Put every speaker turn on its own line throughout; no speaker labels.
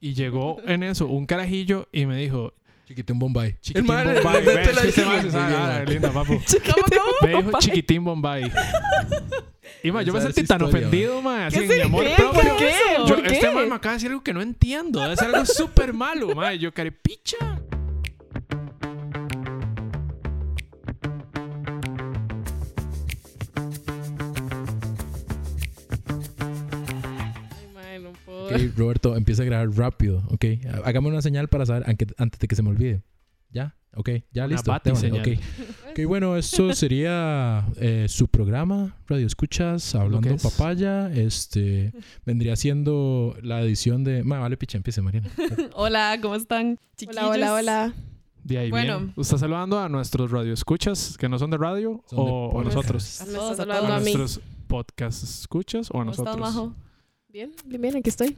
Y llegó en eso un carajillo y me dijo,
Chiquitín Bombay.
chiquitín
el madre,
Bombay.
te
Ve,
la
sí, se
digo.
me hace esa-
Muy bien,
ah,
madre.
linda, papu.
¿Cómo,
Me
cómo,
dijo
compadre?
chiquitín Bombay. Y ma, yo me
Esa
sentí
es
tan
historia,
ofendido, ma. Así,
¿Qué
mi amor
significa
propio.
eso?
Yo,
¿Por
Este
qué?
man me acaba de decir algo que no entiendo. Debe ser algo súper malo, ma. Y Yo, carepicha.
Ah,
Ay, mae, no puedo.
Ok, Roberto, empieza a grabar rápido, ¿ok? Hágame una señal para saber anque- antes de que se me olvide. ¿Ya? Ok, ya
Una
listo.
bati
démosle,
señal.
ok. Ok, bueno, esto sería eh, su programa, Radio Escuchas, Hablando
es.
Papaya. Este vendría siendo la edición de. Ma, vale, picha, empiece, Mariana.
Hola, ¿cómo están?
Hola, hola, hola.
De ahí
Bueno.
bien. Usted saludando a nuestros radioescuchas que no son de radio
Son de
o, o
podcast.
nosotros.
Me
Todos,
estás
a
hablando
A
a mí.
nuestros podcast escuchas o a
¿Cómo estás,
nosotros.
Majo?
Bien, bien, bien, aquí estoy.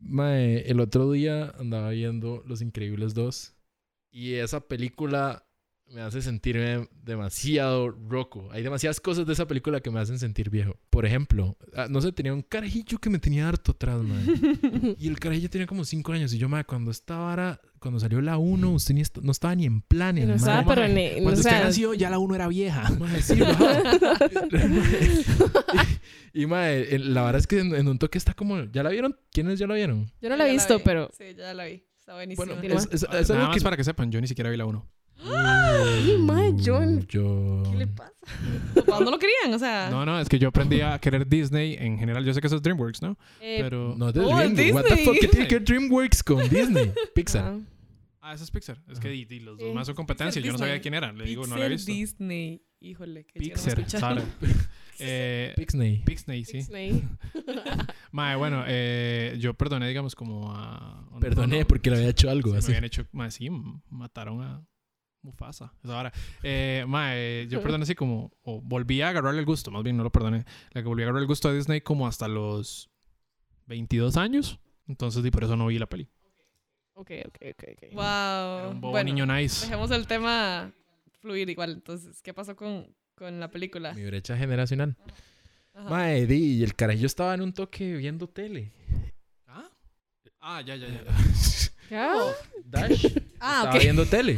Mae, el otro día andaba viendo Los Increíbles 2 y esa película me hace sentirme demasiado roco. Hay demasiadas cosas de esa película que me hacen sentir viejo. Por ejemplo, ah, no sé, tenía un carajillo que me tenía harto atrás, mae. Y el carajillo tenía como 5 años y yo, mae, cuando estaba vara, cuando salió la 1, usted ni est- no estaba ni en planes,
no
mae.
estaba, Ah, pero ni. no,
Pues
Cuando
o
usted
sea,
nació, ya la uno era vieja.
Mae, sí, mae. y, y, mae, el- la verdad es que en, en un toque está como... ¿Ya la vieron? ¿Quiénes ya la vieron?
yo no la he visto, pero.
Sí, ya la vi. Está buenísima.
Bueno,
continúa.
es, es- es
Ah, Nada
algo
más
que
para que sepan, yo ni siquiera vi la uno.
Mm,
Ay, mae,
John.
John.
¿Qué le pasa? ¿Cuándo lo querían? O sea,
No, no, es que yo aprendí a querer Disney en general. Yo sé que eso es DreamWorks, ¿no?
eh,
Pero.
No, de
Oh,
Dreamworks. What the
Disney.
fuck? ¿Qué tiene que ver DreamWorks con Disney? Pixar.
Ah.
Ah, eso es Pixar. Es que di- di, los dos
Sí.
más son competencia.
Pixar,
Yo no sabía
Disney.
quién era. Le digo, no la he
Pixel
visto.
Disney. Híjole, que ya no me
Pixar,
escucharon.
Sara. eh,
Pixney.
Pixney, sí.
Disney.
Mae, bueno, eh, yo perdoné, digamos, como a. o no,
Perdoné
no,
porque le había hecho algo
Me
así.
habían hecho. Mae, sí, m- mataron a Mufasa. Esa vara. Eh, mae, yo perdoné así como. O volví a agarrarle el gusto, más bien no lo perdoné. La que volví a agarrar el gusto a Disney como hasta los 22 años. Entonces, di, por eso no vi la peli.
Ok, ok, ok. ok.
Era un
Wow.
bobo
Bueno,
niño nice.
dejemos el tema fluir igual. Entonces, ¿qué pasó con, con la película?
Mi brecha generacional.
Ajá.
Mae, di, y el carajillo estaba en un toque viendo tele.
¿Ah? Ah, ya, ya, ya.
Ya.
Dash.
Ah,
estaba
ok.
viendo tele.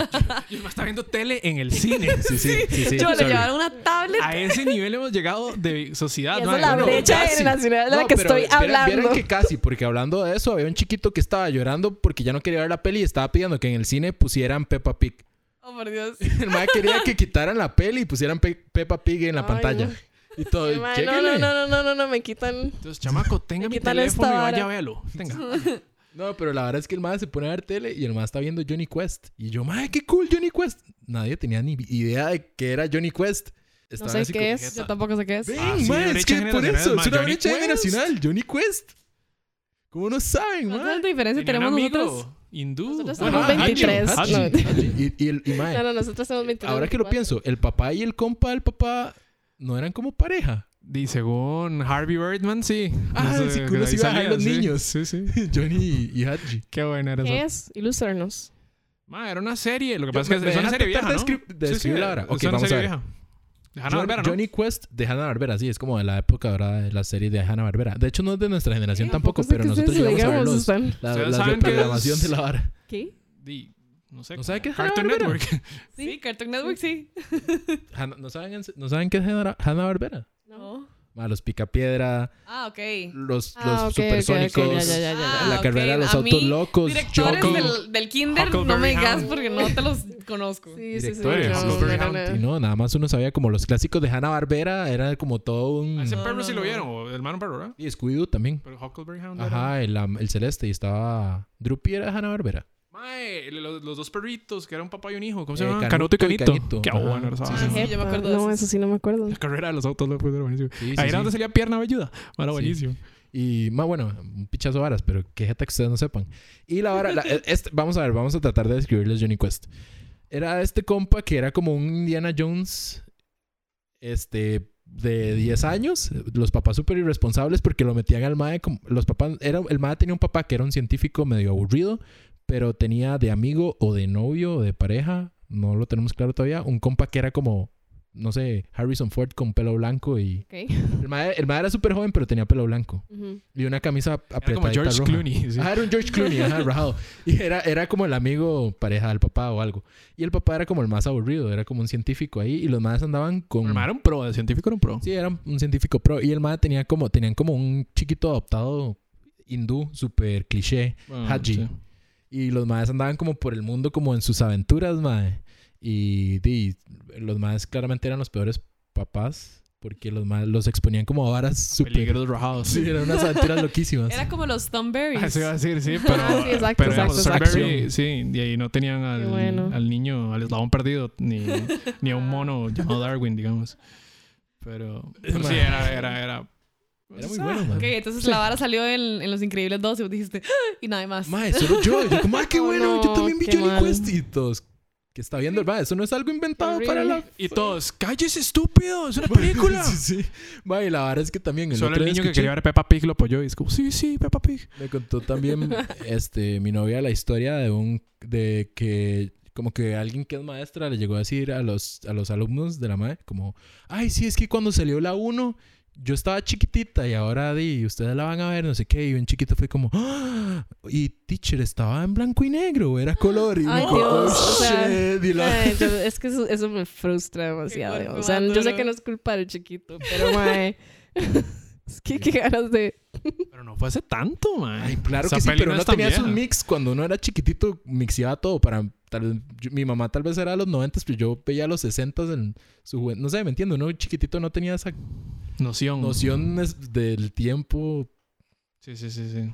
Yo me estaba viendo tele en el cine.
Sí, sí, sí. sí,
Yo le
sorry.
llevaron una tablet.
A ese nivel hemos llegado de
Ah,
sociedad.
Y esa
mae.
es la
Bueno,
brecha
casi.
generacional de la
No,
que
pero
estoy
vieran- vieran
hablando.
que casi, porque hablando de eso, había un chiquito que estaba llorando porque ya no quería ver la peli y estaba pidiendo que en el cine pusieran Peppa Pig.
Oh, por Dios.
El mae quería que quitaran la peli y pusieran Pe- Peppa Pig en la
Ay,
pantalla.
no.
Y todo,
Sí, mae, no,
"Chéquele".
no, no, no, no, no, no, me quitan.
Entonces, chamaco, tenga mi
¿Qué tal
teléfono y
esta
vaya
vara?
a verlo. Tenga.
No, pero la verdad es que el mae se pone a ver tele y el mae está viendo Johnny Quest. Y yo, mae, qué cool Johnny Quest. Nadie tenía ni idea de que era Johnny Quest.
No
Estaban
sé
así
qué
como,
es.
jeta.
Yo tampoco sé qué es.
Ven,
Ah, sí,
mae, es
brecha
que por
generacional,
eso,
mae,
es una
Johnny
brecha
Quest.
generacional, Johnny Quest. ¿Cómo no saben, mae?
¿Cuántas diferencias
Tenía un
tenemos
amigo
nosotros?
hindú.
Nosotros
Bueno,
somos
Hachi,
23,
Hachi.
no.
Y, y el, y, mae,
No, no, nosotros
Ah,
somos 23.
ahora que lo
24.
pienso, el papá y el compa del papá no eran como pareja.
Y según Harvey Birdman, sí.
Ah,
Eso,
sí, que
de
uno
ahí
se iba a dejar
salían,
los
sí.
niños.
Sí, sí.
Johnny y- y Haji.
Qué buena era
¿Qué
eso.
es? Ilústranos.
Ma, era una serie. Lo que
Yo-
pasa es que
me
es una
dejan
serie vieja,
tratar
¿no?
de descri- de describirla ahora. Ok,
es una
vamos a
serie
ver.
vieja. De Hanna
Johnny-
Barbera, Ah, ¿no?
Johnny Quest de Hanna-Barbera, sí, es como de la época ahora de la serie de Hanna-Barbera. De hecho, no es de nuestra generación tampoco, pero
Tampoco sé Eh, qué es
nosotros
eso,
llegamos a ver
digamos,
los-
están-
la,
Ustedes
la
saben que
reprogramación
es-
de la vara.
¿Qué?
Di- no sé.
¿No sabe qué es
Cartoon
Hanna-Barbera?
Network.
Sí, Cartoon Network, sí.
Hanna- ¿No saben, en- no saben qué es Hanna- Hanna-Barbera?
No.
Ah, los Picapiedra,
Ah, ok.
los,
Ah,
los
ok, ok, ok,
supersónicos,
ya, ya, ya, ya, ya.
Ah,
la
ok.
carrera de los
A
autos
mí,
locos,
Directores
Choco,
del, del Kinder, no
Huckleberry
me digas
Hound.
porque no te los conozco.
Sí, sí, sí.
Directores,
no,
Huckleberry
no, no,
Hound.
no.
y no, nada más uno sabía como los clásicos de Hanna-Barbera, era como
A
todo un...
Ese
No,
perro
no,
sí lo
no.
vieron. o El man perro, ¿verdad?
Y Scooby-Doo también.
Pero Huckleberry Hound. era-
Ajá, el, am- el celeste, y estaba... Drupi era de Hanna-Barbera.
Mae, los, los dos perritos, que era un papá y un hijo. ¿Cómo se
Eh,
llamaban?
Canuto
Canuto
y
y Canito.
Canito.
Qué
Ajá.
bueno era esa
Sí,
vara.
sí, yo me acuerdo de
No,
eso.
eso sí no me acuerdo.
La carrera de los autos lo fue buenísimo.
Sí, sí,
Ahí
sí.
era donde salía pierna velluda. Era
Sí.
buenísimo.
Y más bueno, un pichazo de varas, pero que jeta que ustedes no sepan. Y la vara, la- e- este- vamos a ver, vamos a tratar de describirles Johnny Quest. Era este compa que era como un Indiana Jones este de 10 años, los papás súper irresponsables porque lo metían al mae como- los papás era el mae tenía un papá que era un científico medio aburrido, pero tenía de amigo o de novio o de pareja, no lo tenemos claro todavía, un compa que era como no sé, Harrison Ford con pelo blanco y...
Ok.
El mae, el mae era súper joven, pero tenía pelo blanco.
Ujú.
Y una camisa apretadita
Era como George
roja.
Clooney. sí.
Ah, era un George Clooney, ajá, rajado. Y era, era como el amigo pareja del papá o algo. Y el papá era como el más aburrido, era como un científico ahí. Y los madres andaban con...
Bueno, Ah, Era un pro, de científico era un pro.
Sí, era un científico pro. Y el madre tenía como, tenían como un chiquito adoptado hindú, súper cliché.
Bueno,
Haji.
Ah, sí.
Y los madres andaban como por el mundo, como en sus aventuras, madre. Y, di, los madres claramente eran los peores papás, porque los madres los exponían como a varas súper...
Peligros rajados.
Sí, eran unas aventuras loquísimas.
Era como los Thunberries.
Ah, se iba a decir, sí, pero.
Ah, sí, exacto,
pero
exacto,
digamos,
exacto.
Thunberry, sí, y ahí no tenían al,
Qué bueno.
al niño, al eslabón perdido, ni, ni a un mono llamado Darwin, digamos. Pero. pero sí, era, era, era.
Era muy bueno,
Ok,
madre.
entonces la vara salió en, en Los Increíbles 2 y vos dijiste, "Ah", y nada más.
Madre, solo yo. Yo como, ah, qué
Oh,
bueno, yo
no,
también vi
qué
Johnny
mal.
Quest y todos... Que está viendo el madre, eso no es algo inventado para la...
Y todos, calles estúpido, es una película.
Sí, sí. Madre, y la verdad es que también...
Solo el
otro día
niño que
escuché-
quería ver Peppa Pig lo apoyó y es como, sí, sí, Peppa Pig.
Me contó también este mi novia la historia de un de que como que alguien que es maestra le llegó a decir a los a los alumnos de la madre como, "Ay, sí, es que cuando salió la 1 yo estaba chiquitita y ahora di, ustedes la van a ver, no sé qué." Y un chiquito fue como, "Ah, y teacher estaba en blanco y negro, era color." Y uno
Ay,
como,
Dios,
"Oh,
o sea,
shit", y la-
Ay, yo- es que eso, eso me frustra demasiado.
cuerpo
O sea,
más
yo sé
duro.
que no es culpa del chiquito, pero mae. es que qué ganas de.
Pero no fue hace tanto, man.
Ay, claro
Esa
que sí,
peli
pero
no
no
es tan
tenías un
vieja.
mix. Cuando uno era chiquitito, mixiaba todo. Para, tal vez- yo- mi mamá tal vez era de los 90, pero yo veía los 60 en su juventud. No sé, me entiendo. Uno chiquitito no tenía esa
Noción.
noción
Mm.
es- del tiempo.
Sí, sí, sí, sí.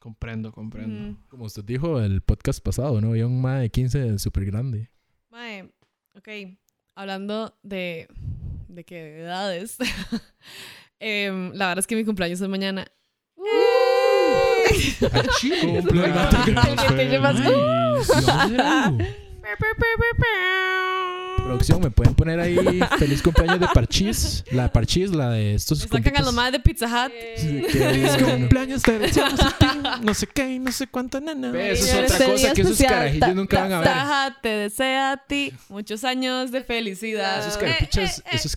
Comprendo, comprendo.
Mm,
Como usted dijo el podcast pasado, ¿no? Había un más de 15 súper grande.
mae, ok, hablando de, de qué de edades. Em, la verdad es que mi cumpleaños es mañana.
Producción, ¿me pueden poner ahí feliz cumpleaños de Parchís? La de Parchís, la de estos.
Me sacan a los
compitas.
madres de Pizza Hut.
Sí, qué
Feliz
bueno.
cumpleaños te deseamos a ti, no sé qué, no sé cuánto, nana.
Ve, Eso es
Señores,
otra
este
cosa
día
que esos
especial,
carajillos
ta-
nunca van a ver.
Pizza Hut te desea a ti muchos años de felicidad.
Eh,
Eh,
Esos carpichas, esos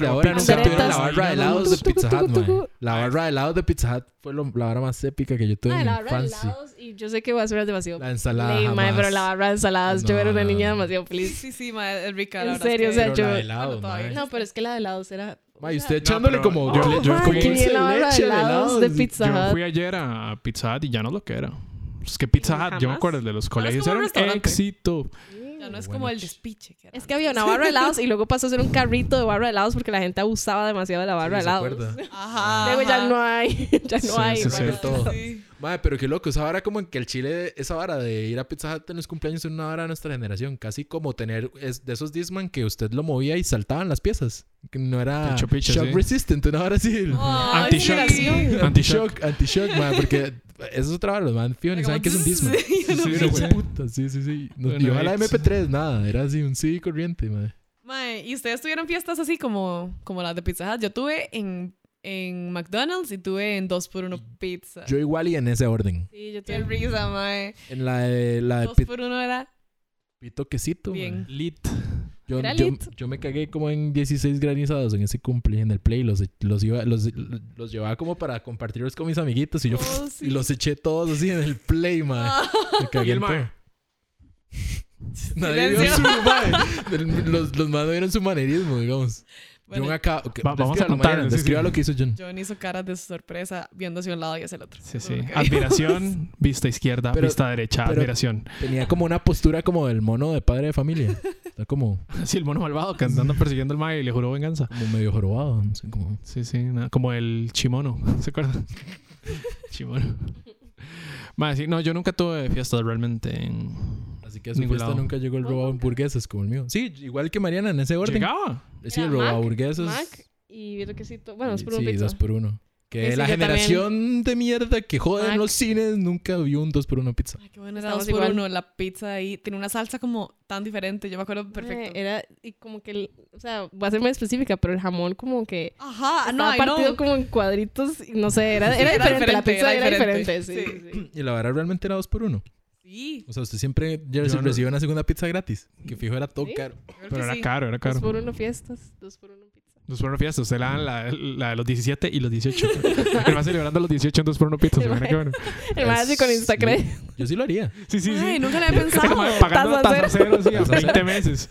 Más
de
largo
ahora
pizza.
nunca tuvieron la
Andretas.
barra de helados de Pizza Hut,
Tucu, tucu,
mae. La barra de helados de Pizza Hut fue lo- la barra más épica que yo tuve
Ay,
en mi
Ah, la barra de
infancia.
helados. Y yo sé que voy a ser demasiado.
La ensalada
lame, mae,
jamás.
pero la barra de ensaladas. yo
No,
era una
no,
niña
no.
demasiado
Sí,
feliz.
sí, sí, mae, es rica.
En
la verdad
serio,
es
o
que-
sea,
Pero
yo-
la de
Bueno,
helado,
todavía
mae.
no.
No, pero es que la de helados era.
Mae, y usted
No,
echándole
pero-
como
yo-
yo,
yo fui-
Mae, qué bien la barra de helados de
Yo
Pizza Hut.
fui ayer a Pizza Hut y ya no es lo que era. Es que Pizza Hut, yo me
Jamás.
acuerdo, el de los
Ahora es
colegios
como un
era un
restaurante.
éxito.
Ya no es
Bueno,
como el
ch-
despiche. que era
Es que había una barra de helados y luego pasó a ser un carrito de barra de helados porque la gente abusaba demasiado de la barra de helados.
antes. Ajá.
Luego ya
ajá.
no hay, ya no
Sí,
hay.
sí,
barra
sí.
de helados.
todo.
Sí.
Mae, pero qué loco, esa vara como en que el Chile, esa vara de ir a Pizza Hut en los cumpleaños es una vara de nuestra generación, casi como tener es de esos Disman que usted lo movía y saltaban las piezas, que no era
Hecho picha,
shock
sí.
resistant, una vara así. el-
Ay,
Anti-shock.
sí.
Anti-shock.
Anti-shock, anti-shock, mae, porque eso es otra vara, los man fijo ni
Era
saben
como-
que es un Disman.
Sí, yo no
Sí,
Sí,
sé.
sí,
sí,
sí.
puta, sí, sí, sí. No,
Bueno,
y ojalá
ex.
MP3, nada, era así un CD corriente, madre.
Mae, ¿y ustedes tuvieron fiestas así como, como las de Pizza Hut? Yo tuve en, en McDonald's y tuve en 2x1 Pizza.
Yo igual y en ese orden.
Sí, yo
Qué
también.
risa, mae.
En la de, la de
2x1 era...
Pito Quesito. mae.
Bien.
Lit.
Yo,
Era
yo,
lit.
yo me cagué como en 16 granizados en ese cumple en el play. Los, e- los, iba, los, los llevaba como para compartirlos con mis amiguitos y yo
Oh,
y
sí. Ah.
los eché todos así en el play, madre. Me cagué
Y el
en
mae.
todo. Nadie vio su
Silencio.
mae. Los, los más no vieron su manerismo, digamos.
Bueno,
John acá. ok,
Va- vamos a
descríbalo,
contar,
Mariana,
sí, sí.
Describa lo que hizo John.
John hizo caras de sorpresa viendo hacia un lado y hacia el otro.
Sí, sí.
Ah,
Ok.
Admiración, vista izquierda,
Pero-
vista derecha,
pero-
admiración.
Tenía como una postura como del mono de padre de familia. Está como,
Sí, el mono malvado que anda persiguiendo al mae y le juró venganza.
como medio jorobado. no sé, como-
Sí, sí, nada, como el chimono, ¿se acuerdan? chimono. Mae, sí, no, yo nunca tuve fiestas realmente en...
Así que a su
Ningún
fiesta
lado.
nunca llegó el
Oh,
robado hamburguesas como el mío. Sí, igual que Mariana, en ese orden.
Llegaba.
Sí, el
Era
robado
Mac,
hamburguesas.
Mac y lo que sí, to- bueno, es por
sí,
un pizza.
dos por uno. Que
Sí, sí,
la
yo
generación de mierda que jode en
Mac.
los cines nunca vio un dos por uno pizza.
Ay, qué bueno,
Estamos
estamos por
igual.
uno. La pizza ahí tiene una salsa como tan diferente. Yo me acuerdo
Perfecto.
perfecto.
era y como que, el- o sea, voy a ser más específica, pero el jamón como que
Ajá, Ah, no,
estaba
ay,
partido
no.
como en cuadritos, y no sé, era,
Sí,
era,
era
diferente, la
diferente,
pizza
era
era diferente,
diferente,
sí, sí.
Y la verdad realmente era dos por uno.
Sí,
O sea, usted siempre ya
Yo no-
recibió una segunda pizza gratis. Que fijo era todo
Mm. ¿Sí?
caro.
creo
Pero
que
era
sí.
caro, era
Dos
caro.
por uno fiestas, dos por uno pizza.
Dos por uno fiesta. Usted la dan la, la de los 17 y los 18. El más celebrando los 18 en dos por uno pizza. ¿se imagina qué bueno?
El más así con
Es-
Instagram.
Yo sí lo haría.
Sí, sí,
Ay,
sí.
nunca lo había
Ese
pensado.
mae Pagando a
Tasa
tasa cero, sí, a
Tasa cero.
20 meses.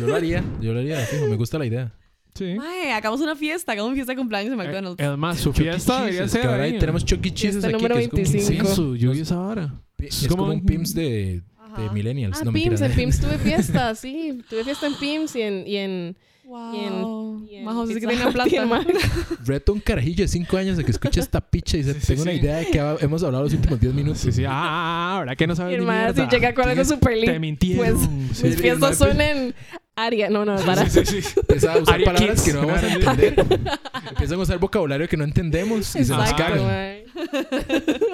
Yo lo haría. Yo lo haría. fijo, me gusta la idea.
Sí.
Mae, hagamos una fiesta, hagamos fiesta de cumpleaños de
Eh,
McDonald's.
Es más, su
Chuck E.
fiesta
Cheese's,
debería
que
ser.
ahora
ahí,
ahí tenemos Chuck E. Cheese's aquí,
número
que es como, un
25.
Pims-
Eso, yo vi esa vara.
es
como
como
un-
un Pims de, de
Ajá.
Millennials.
Ah,
pues, no,
Pims,
mentira.
en Pims tuve fiesta, sí. Tuve fiesta en Pims y en... Y en
Wow.
y en
Majos, es que
Pizza
tenía
Hut y en
plata.
Mac.
Reto a un carajillo de 5 años de que escuche esta picha y dice:
Sí, sí,
Tengo una
sí.
idea de que ha- hemos hablado los últimos 10 minutos.
Sí, sí. Ah, ah, ah, ¿verdad que no
Y
sabes
el
ni
más así
mierda?
llega con algo súper
Te
lindo.
mintieron.
pues,
Sí,
Mis
sí,
fiestas
sí,
son en... Aria. No, no, para.
Sí, sí, sí.
Empieza a usar
Ari
palabras
Kids,
que no vamos a
¿verdad?
entender. Empiezan a usar vocabulario que no entendemos y se nos
Exacto,
cagan.
mae.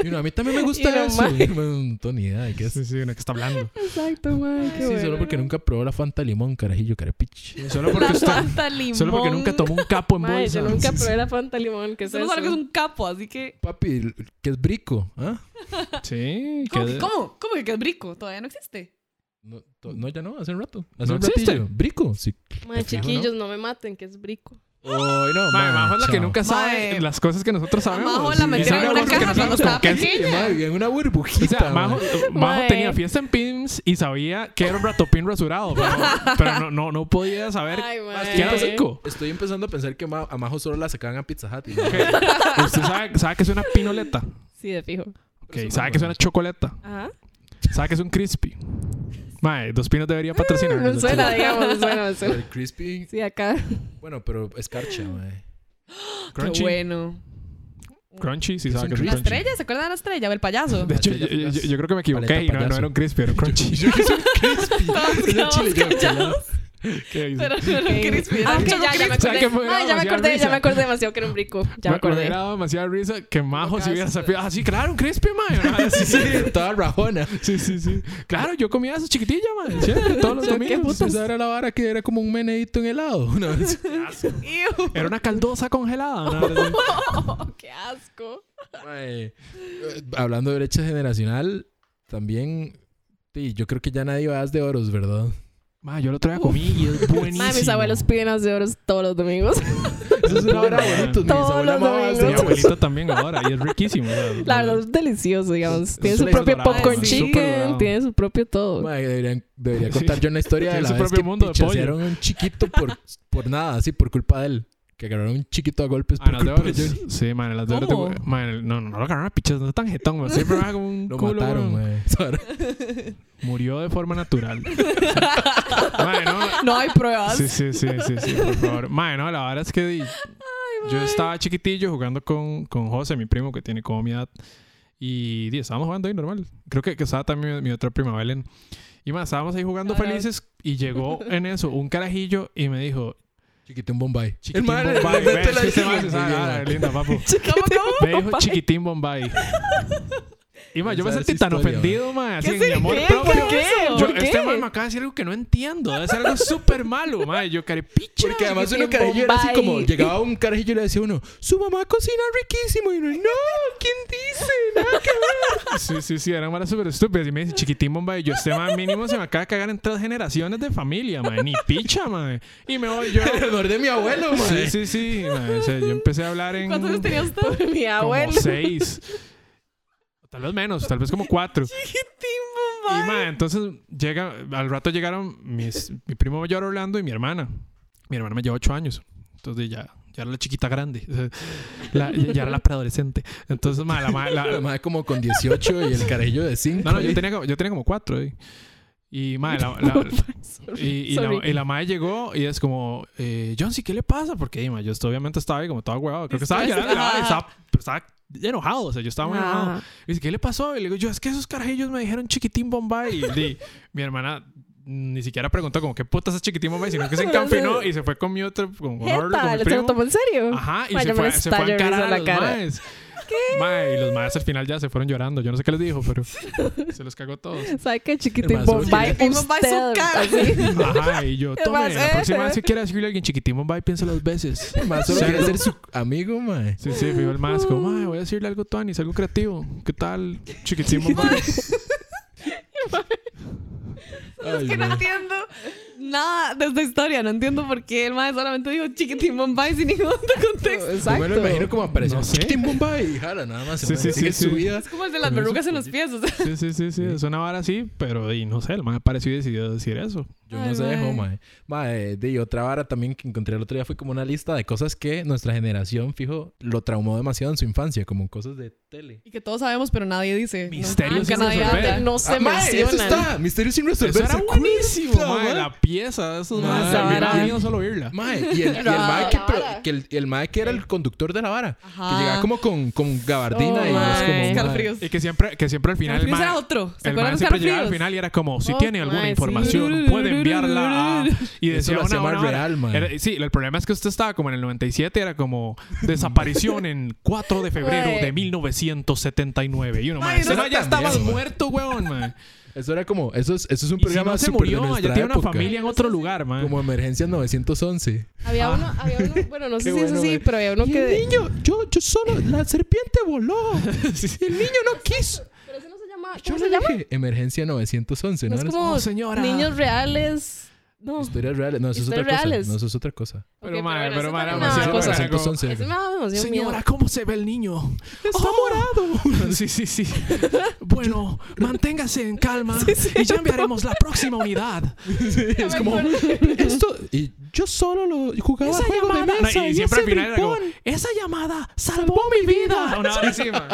Y uno, a mí también me
Y
gusta
lo
eso.
más-
Y uno, No tengo ni idea de qué es.
Sí, sí, una que está hablando.
Exacto, mae. Qué
Sí,
bueno.
solo porque nunca probó la Fanta limón, carajillo, carapich.
Solo porque, usted-
Fanta limón.
solo porque nunca tomó un capo en
Mae,
bolsa.
yo nunca
Sí, sí.
probé la Fanta Limón, que es
Usted no sabe que es
eso?
un capo, así que...
Papi, ¿qué es brico? ¿Ah?
Sí,
¿Cómo?
que-
que- ¿Cómo? ¿Cómo que es brico? Todavía no existe.
No, to- no, ya no, hace un rato. Hace
¿No
un
existe?
ratillo. Brico, sí. Fijo,
Mae,
¿no?
chiquillos, no me maten, que es brico.
Ay, no,
Mae, Majo es la que
chao.
nunca sabe
Mae.
las cosas que nosotros sabemos.
Majo
Sí,
la metieron
sabe
en una
cosas que
caja cuando
nosotros
estaba
como que-
pequeña.
Mae, vivía en una burbujita.
O sea, Majo,
mae.
Majo
Mae.
tenía fiesta en Pims y sabía que era un ratopín rasurado, pero, pero no, no, no podía saber
Ay, mae.
Pues,
que era cinco.
Estoy empezando a pensar que Ma- a Majo solo la sacaban a Pizza Hut. y-
Usted sabe, sabe que es una pinoleta,
Sí, de fijo.
ok, sabe que es una chocoleta,
Ajá.
sabe que es un crispy. Mae, Dos Pinos debería patrocinar.
No suena, digamos, no suena, no suena.
El crispy.
Sí, acá.
Bueno, pero escarcha, mae.
Ah, Crunchy.
Qué bueno.
Crunchy, sí
Es
sabe
un
que es un crunchy.
¿La
Ah,
estrella? ¿Se acuerdan de la estrella? ¿El payaso?
De hecho, yo,
Estrella
yo-
fugaz.
yo creo que me equivoqué
Paleta
y no, no
payaso.
era un crispy, era un crunchy.
Yo que soy crispy. Es el chile, yo,
¿Qué dice?
Pero no era crispy. era
Ah, ok,
un
ya, ya me
¿Sabe qué
acordé.
fue?
Ay, ya
Demasiada
me acordé,
risa.
ya me acordé demasiado que era un brico. Ya me
Me- Me
acordé.
hubiera dado demasiada risa que Majo si hubiera
Pocas-
sabido. Ah, sí, claro, un crispy, mae. Ah, sí, sí.
chile. Toda rajona.
Sí, sí, sí. Claro, yo comía eso chiquitilla, man. Siempre, todos los
Yo, ¿qué
domingos.
putas?
Esa era la vara que era como un menedito en helado. Una vez.
Iu,
Era una caldosa congelada. ¿no? Era así.
oh,
Qué asco.
Mae, eh, Hablando de brecha generacional, también. Sí, yo creo que ya nadie va a dar de oros, ¿verdad?
Ma, yo lo traía comí y es buenísimo.
Madre, mis abuelos piden los de oros todos los domingos.
Eso es una vara
Pobre
bonito. Mi
Todos
abuela
los
amaba
domingos.
Mi
hacer oros.
abuelito también ahora y es riquísimo. o sea,
La verdad, es delicioso, digamos. Tiene
Es
su
un
propio
dorado,
popcorn
es
súper dorado.
chicken, tiene su propio todo.
Mae, deberían- debería contar yo una historia de
Tiene
la
su
vez
propio
que
mundo de pollo.
pichasearon a un chiquito por, por nada, así por culpa de él. Que agarraron un chiquito a golpes
Ah,
por
las de
culpa de
oros.
Johnny.
Sí, man, en las de
¿Cómo?
oros. te- Man, el- no, no, no lo agarraron a pichas, no es tan jetón, man. Siempre me da como un
Lo
culo,
mataron,
man.
mae.
Murió de forma natural. man, no,
No hay pruebas.
Sí, sí, sí, sí, sí, por favor. Mae, no, la verdad es que di- yo estaba chiquitillo jugando con, con José, mi primo que tiene como mi edad. Y di, estábamos jugando ahí normal. Creo que, que estaba también mi, mi otra prima, Belén. Y más, estábamos ahí jugando
Ahora-
felices y llegó en eso un carajillo y me dijo,
Chiquitín Bombay.
chiquitín
El mae,
Bombay.
le- le-
Ve,
le-
sí, se
le-
va, se sabe,
le-
ah,
le-
linda, papu.
¿Cómo,
Me dijo chiquitín Bombay. Y más, yo me
Esa
sentí
es
tan
historia,
ofendido, mae, así
¿Qué
en mi
se-
amor
qué?
propio.
¿Por qué?
Yo,
¿Por qué?
Este man me acaba de decir algo que no entiendo. Debe ser algo súper malo, mae. Yo, carepicha.
Porque además uno
Chiquitín
carajillo era así
Bombay.
como... Llegaba un carajillo y le decía a uno... Su mamá cocina riquísimo. Y uno... No, ¿quién dice? Nada que ver".
Sí, sí, sí, eran malas súper estúpidas. Y me dice, chiquitín bomba. Y yo, este man mínimo se me acaba de cagar en tres generaciones de familia, man. Ni picha, man. Y me voy yo.
El error de mi abuelo, mae.
Sí, sí, sí. mae. O sea, yo empecé a hablar en.
¿Cuántos años tenía usted?
Por mi
Como
abuelo.
seis. Tal vez menos, tal vez como cuatro.
Chiquitín,
Y, mae, entonces llega, al rato llegaron mis, mi primo mayor Orlando y mi hermana. Mi hermana me lleva ocho años. Entonces ya, ya era la chiquita grande. O sea, la- ya ya era la preadolescente. Entonces, mae, la, ma- la,
La madre como con 18 y el carajillo de 5.
No, no, yo tenía, como- yo tenía como cuatro. ahí. Y, mae, la, la- y, y la,
Sorry.
y la madre llegó y es como, eh, John, ¿sí qué le pasa? Porque, ahí, mae, yo estoy- obviamente estaba ahí como todo huevado. Creo que estaba
Distrés.
llorando, la madre,
Ajá.
estaba, estaba enojado. O sea, yo estaba muy enojado.
Ah,
Y dice, ¿qué le pasó? Y le digo, yo, es que esos carajillos me dijeron chiquitín Bombay. Y di- mi hermana ni siquiera preguntó como, ¿qué putas es chiquitín Bombay? Sino que se encampinó y se fue con mi otro, con, con Orlo, con
Jeta,
mi
¿se lo
primo. Ah.
tomó en serio?
Ajá, y
Ay,
se
yo me
fue,
les
se fue a
tallo de
encarar
risa
a
la
los
cara.
maes. Mae, y los maes al final ya se fueron llorando. Yo no sé qué les dijo, pero se los cagó todos.
¿Sabe qué chiquitín
Además, oye,
Bombay?
Chiquitín Bombay su
usted,
cara.
así.
Ajá, y yo,
Es
tome,
más, eh".
la próxima
ese.
vez que quiera decirle a alguien chiquitín Bombay, piensa dos veces.
Más solo quería ser su amigo, mae.
Sí, sí, fijo el más como, mae, voy a decirle algo Tuanis, algo creativo. ¿Qué tal? Chiquitín Bombay.
es que no entiendo nada de esta historia. No entiendo por qué el maestro solamente dijo chiquitín Bombay sin ningún otro contexto.
Yo
Exacto.
me lo imagino como apareció
No sé.
Chiquitín Bombay y jala, nada más.
Sí, sí,
sigue
sí,
su
sí.
vida.
Es como el de las
Pero eso
verrugas en
por-
los pies. o sea.
Sí, sí, sí, sí. Es una vara así, pero y no sé, el man apareció y decidió decir eso.
Yo
Ay,
no sé, dejó, mae.
mae.
Mae, de y otra vara también que encontré el otro día fue como una lista de cosas que nuestra generación, fijo, lo traumó demasiado en su infancia, como cosas de tele.
Y que todos sabemos, pero nadie dice.
Misterios
Nunca
sin
nadie
resolver.
habla.
No se
Ah, mae, eso
mencionan.
está, misterio sin resolver.
Eso era
¿se acuerdan?
buenísimo,
Puta,
mae,
mae.
la pieza de esos
Mae,
maes.
esa
Yo hubiera
vara.
venido solo a oírla.
Mae, y el, y el
No,
mae que,
la
pro-
vara.
que el, el mae que era el conductor de la vara.
Ajá.
Que llegaba como con, con gabardina
Oh,
y es
mae.
como. mae,
Escalofríos.
Y que siempre, que siempre al final el
Escalofríos
mae,
era otro. ¿Se
el
acuerdan
mae
los
siempre llegaba al
escalofríos?
final y era como, si
Oh,
tiene alguna
mae, sí.
información, puede enviarla a... Y
Eso
decía
lo
una,
hacía
una
más
vara.
real, mae.
Era- sí, el problema es que usted estaba como en el 97, era como desaparición en 4 de febrero
Mae.
de 1979. Y uno,
Mae,
mae, ese
no
mae ya
también,
estaba
mae.
muerto, weón, mae.
Eso era como. Eso es, eso es un
Y si
programa
no se
súper de
murió, mae, ya
nuestra
tiene una
época.
familia en otro lugar, mae.
Como emergencia 911.
Había
Ah.
uno, había uno, bueno, no sé
Qué
si
bueno,
es así,
güey.
pero había uno
Y
que...
el
de-
niño, yo, yo solo, la serpiente voló.
Sí, sí.
El niño no quiso.
Pero ese no se llama...
Yo
¿Cómo
le
se llama?
dije emergencia 911, ¿no?
No es
Era
como
Oh, señora.
niños reales. No.
Historias reales. No, eso es otra
Historias
cosa.
reales.
No, eso es otra cosa.
Pero,
Ok,
mae,
Ah, bueno,
pero,
eso
mae,
también
era
me
demasiado
daba cosa.
era como-
911.
Eso me daba demasiado miedo.
Señora, ¿cómo se ve el niño?
Está
morado. Sí, sí, sí. Bueno, manténgase en calma y ya enviaremos la próxima unidad.
es como esto y yo solo lo jugaba
Esa
juego de
llamada.
mesa
No, y
y,
siempre
ese
al final era como,
ripón.
Esa llamada salvó mi vida. Una hora encima.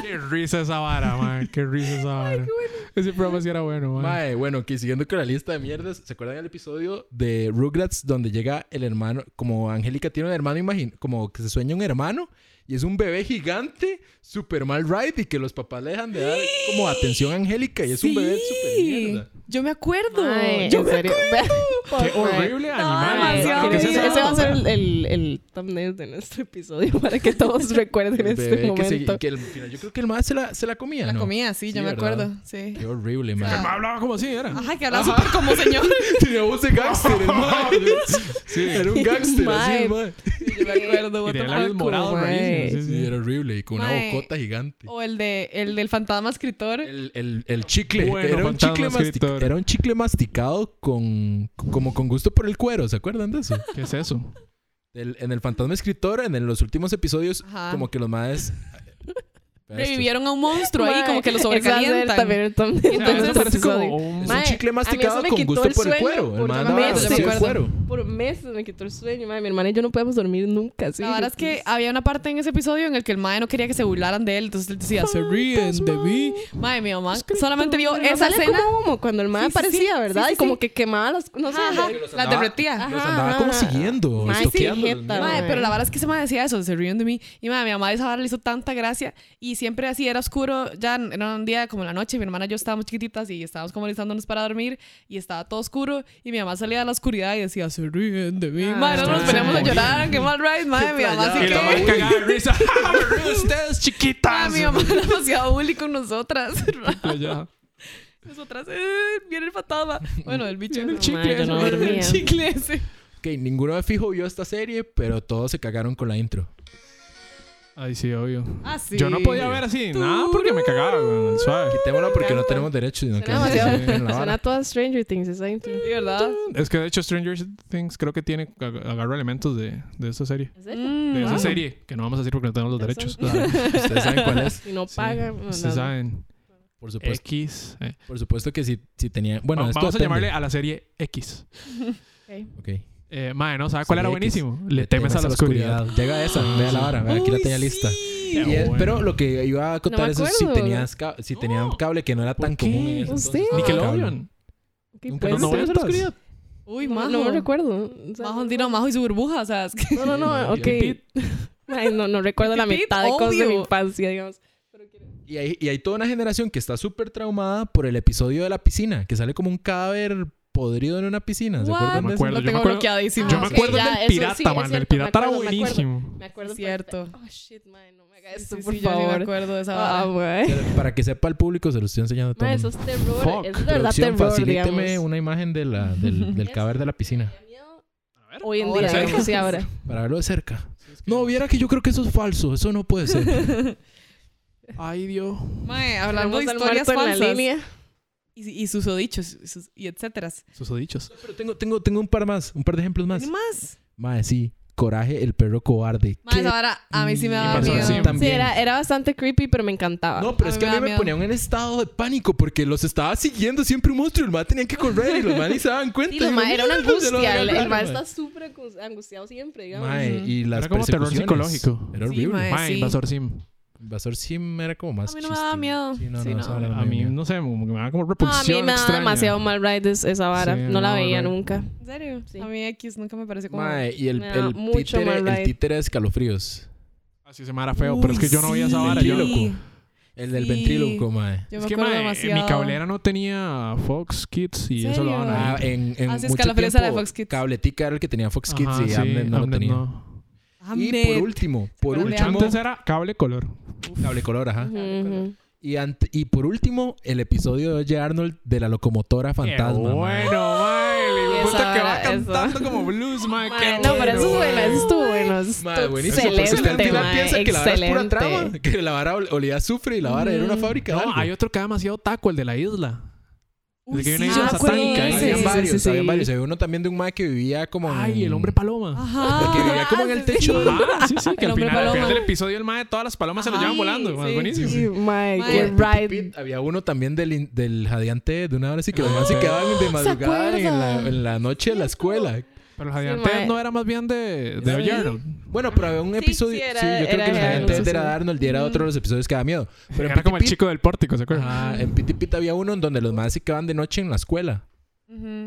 Qué risa esa vara, man. Qué risa esa vara. Ese programa sí era bueno, man.
Mae, bueno, que siguiendo con la lista de mierdas, ¿se acuerdan del episodio de Rugrats donde llega el hermano, como Angélica tiene un hermano, imagino, como que se sueña un hermano y es un bebé gigante, super mal ride y que los papás le dejan de dar como atención a Angélica y es un bebé super mierda.
Yo me acuerdo.
Ay,
Yo
en
me
serio.
Qué
Pobre.
horrible animal.
demasiado
¿Qué es
ese,
esa
ese va a
vara?
ser el, el, el thumbnail de nuestro episodio para que todos recuerden
El
este
bebé que, se-
momento.
que al final yo creo que el mae se la, se la comía,
La
¿no?
comía, sí, yo
Sí,
me
¿verdad?
acuerdo. Sí.
Qué horrible, mae.
Me hablaba como así, era.
Ah,
Ajá, que hablaba súper como señor.
Tenía voz de gángster, el mae.
Sí.
Era un gángster, así, el mae.
yo me acuerdo.
Y
what the
tenía
fuck.
labios morados,
mae.
rarísimos. Sí,
Sí,
sí.
era horrible y con una
Mae.
bocota gigante.
Oh.
O el, de, el del fantasma escritor.
El, el, el chicle.
Bueno,
era, un
fantasma
chicle mastic-
escritor.
era un chicle masticado con como con gusto por el cuero, ¿se acuerdan de eso?
¿Qué es eso?
El- en el fantasma escritor, en, el- los últimos episodios,
Ajá.
como que los madres
Revivieron a un monstruo ahí,
Mae,
como que lo
ese va a ser también
sobrecalientan.
el thumbnail de
Entonces,
nuestro
parece
episodio.
como oh, un...
Es
Mae,
un chicle
a mí eso
masticado
me
con
quitó
gusto
el
por el
sueño
cuero. El
por
man
dos
andaba
meses,
así
yo me
de
acuerdo.
cuero.
Por meses me quitó el sueño, madre. Mi hermana y yo no podíamos dormir nunca. ¿sí?
La verdad es que había una parte en ese episodio en el que el mae no quería que se burlaran de él, entonces él decía, se ríen de mí. Mae, mi mamá ah, solamente vio
Pero
esa
salía
escena.
como humo cuando el man
Sí, sí, sí.
aparecía, ¿verdad?
Sí, sí,
y como
sí.
que quemaba las... No sé,
Ajá, ajá.
de-
los
La
andaba-
derretía.
Los
Ajá,
andaba como
ajá.
siguiendo,
Mae, sí,
estoqueando.
Mae,
jeta, mae.
pero la verdad es que se me decía eso, se ríen de mí. Y mae, mi mamá de esa vara le hizo tanta gracia. Y siempre así era oscuro, ya en- era un día como la noche, mi hermana y yo estábamos chiquititas y estábamos como listándonos para dormir y estaba todo oscuro. Y mi mamá salía de la oscuridad y decía, se ríen de mí.
Ah.
mae, no nos
Ah.
poníamos a llorar, qué mal ride, mae, mi mamá así
Y la
Qué-
más
que...
cagada de risa. ¡Me río de ustedes,
Mae,
chiquitas!
mi mamá era demasiado bully con nosotras.
Ya.
Nosotras, eh, viene el fantasma. Bueno, el bicho.
Viene el
ese.
chicle Mae, yo no ese.
El
dormía.
chicle ese.
Ok, ninguno de fijo vio esta serie, pero todos se cagaron con la intro.
Ay, sí, obvio.
Ah, sí.
Yo no podía ver así nada porque me cagaba, güey, el suave.
Quitémosla porque no tenemos derecho. Sino que
Suena demasiado-
nos en la
Suena
vara.
a toda Stranger Things esa intro.
Sí, ¿verdad?
Es que de hecho Stranger Things creo que tiene ag- agarra elementos de, de esa serie.
¿En
Mm,
De esa
wow.
serie, que no vamos a decir porque no tenemos los
Eso.
derechos.
Ustedes saben cuál es.
Si no
Sí,
pagan... no,
Ustedes
no.
saben.
Por supuesto,
X. eh.
por supuesto que si, si tenía. Bueno,
Va-
esto
vamos a
depende.
llamarle a la serie X.
Ok.
Eh, madre, ¿no? ¿Sabes cuál era
Serie X.
buenísimo? Le temes a la oscuridad.
Llega esa, vea la hora, aquí la tenía lista.
Qué
Y es-
Ah, bueno.
Pero lo que iba a acotar
No me
es si
acuerdo.
tenías ca- si tenían
No.
cable que no era
¿Por
tan
qué?
común en ese
Usted.
entonces.
Nickelodeon.
Qué
Nunca
pena.
Los
¿No
noventas.
noventas?
Uy,
No,
majo.
no me recuerdo. O sea,
Majo, Dino Majo y su burbuja, o sea, es que...
No, no, no, ok.
Pit.
Ay, no, no recuerdo la
Pit,
mitad de cosas de mi
obvio.
infancia, digamos.
Y hay, y hay toda una generación que está súper traumada por el episodio de la piscina, que sale como un cadáver podrido en una piscina. ¿Se
What?
acuerdan
No me
de eso?
acuerdo,
Lo
yo
tengo
me acuerdo-
bloqueadísimo.
Yo
Ah,
me
ok,
acuerdo
ya,
del
eso sí,
pirata,
es
man. El
cierto,
pirata
me
era
acuerdo, me acuerdo.
buenísimo.
Me acuerdo.
Cierto.
perfecto. Oh, shit, madre, no me haga
Sí,
esto,
sí,
por
sí, yo sí
favor.
me acuerdo de esa
Ah,
vara.
güey.
Pero Para que sepa el público, se lo estoy enseñando a todo.
Madre,
el
eso
mundo.
es terror.
Fuck.
Es de verdad
Producción,
terror,
facilíteme
digamos.
una imagen de la, del, del cadáver de la piscina
Hoy en
Ahora,
día,
¿sabes?
digamos, sí, ahora.
para verlo de cerca. No, viera que yo creo que eso es falso, eso no puede ser.
Ay, Dios.
Mae, hablando de
Tenemos al
historias
muerto en
falsas.
la línea.
y, y susodichos y sus- y etcétera.
Susodichos.
Pero tengo, tengo, tengo un par más, un par de ejemplos más.
¿Tiene más?
Mae, sí. Coraje, el perro cobarde.
Más
¿Qué?
ahora a mí sí me
Y
da
pasó
miedo.
así
Sí,
también.
era, era bastante creepy, pero me encantaba.
No, pero
A
es
mí
que a
me
mí
da
me
miedo.
ponían en estado de pánico porque los estaba siguiendo siempre un monstruo. El mae tenía que correr y los manes ni se daban cuenta.
Sí,
Y
lo
yo,
ma- era una
"Mierda, se lo voy a
angustia. El, el
ganar,
ma
mae".
está súper angu- angustiado siempre, digamos.
Mae,
Ujú.
y las
Era como terror
persecuciones.
psicológico.
Era
Sí,
horrible.
mae.
Mae,
sí.
Invasor Sim.
Invasor Sim era como más
A mí no me daba
chiste.
miedo.
Sí, no,
Sí,
no,
no.
esa vara no
A
me
mí,
dio.
no sé, como que me da como
No, a mí
repulsión
me da
extraña.
demasiado mal ride es- esa vara.
Sí,
no la
no,
veía
right.
nunca.
¿En serio?
Sí.
A mí X nunca me pareció como...
Mae, y el,
Me da
el
mucho
títere,
mal
el
ride.
títere de escalofríos.
Así se me era feo, pero es que yo no veía esa
sí.
vara. Yo,
Ventríloco. El del
Sí.
ventríloco, mae.
Yo
es
me
que
acuerdo
mae,
demasiado.
mi cablera no tenía Fox Kids y eso lo
¿Serio?
daban
Ah,
ahí.
en, en
Ah, sí,
mucho
escalofríos era de
tiempo,
Fox Kids.
Cabletica era el que tenía Ah, Fox Kids
Ajá,
y
sí,
Amnet no
Amnet
lo tenía.
no.
Ah,
Y por último, por
acuerdan de
último,
Antes era cable color.
cable color, ajá.
Ujú.
Y, ant- y por último, el episodio de Oye Arnold de la locomotora fantasma.
Qué
mae.
bueno, mae.
Esa
El puta que va
vara, eso.
cantando como blues, mae.
Mae,
qué
No, pero eso es bueno, eso
bueno.
estuvo bueno. eso estuvo
Mae, buenísimo. porque
Excelente,
usted al final
mae,
piensa que la vara es pura
excelente. Mm.
trama, que la vara ol- olía a azufre y la vara era una fábrica. de
No,
algo.
hay otro que da demasiado taco, el de la isla.
Uy,
que hay una
sí,
isla
yo me acuerdo
satánica, ¿eh?
de ese.
habían
sí,
varios,
sí, sí.
habían varios. Había uno también de un mae que vivía como. en-
Ay, el hombre paloma.
Ajá.
Que vivía como en el techo. de-
Ah, sí, sí, que
Ah. El
al final,
hombre
al final
paloma.
del episodio el mae todas las palomas se lo
Ajá.
llevan volando. mae,
Sí,
buenísimo.
Sí, mae,
Mae.
qué
Pit,
ride.
Pit, había uno también del, in- del jadeante de una hora así que los
Ah.
demás se quedaban de madrugada en la,
acuerda?
en la noche de la escuela.
Pero el jadeante
mae.
no era más bien de, de
Sí.
Arnold.
Bueno, pero había un
Sí,
episodio. Sí,
sí, era-
yo creo
era
que el
de
jadeante
Arnold,
era
sí.
de Arnold y era otro de los episodios que da miedo. Pero en
Era como el
Pit,
chico del pórtico, ¿se acuerdan?
Ajá, en Pit y Pit había uno en donde los más se quedaban de noche en la escuela.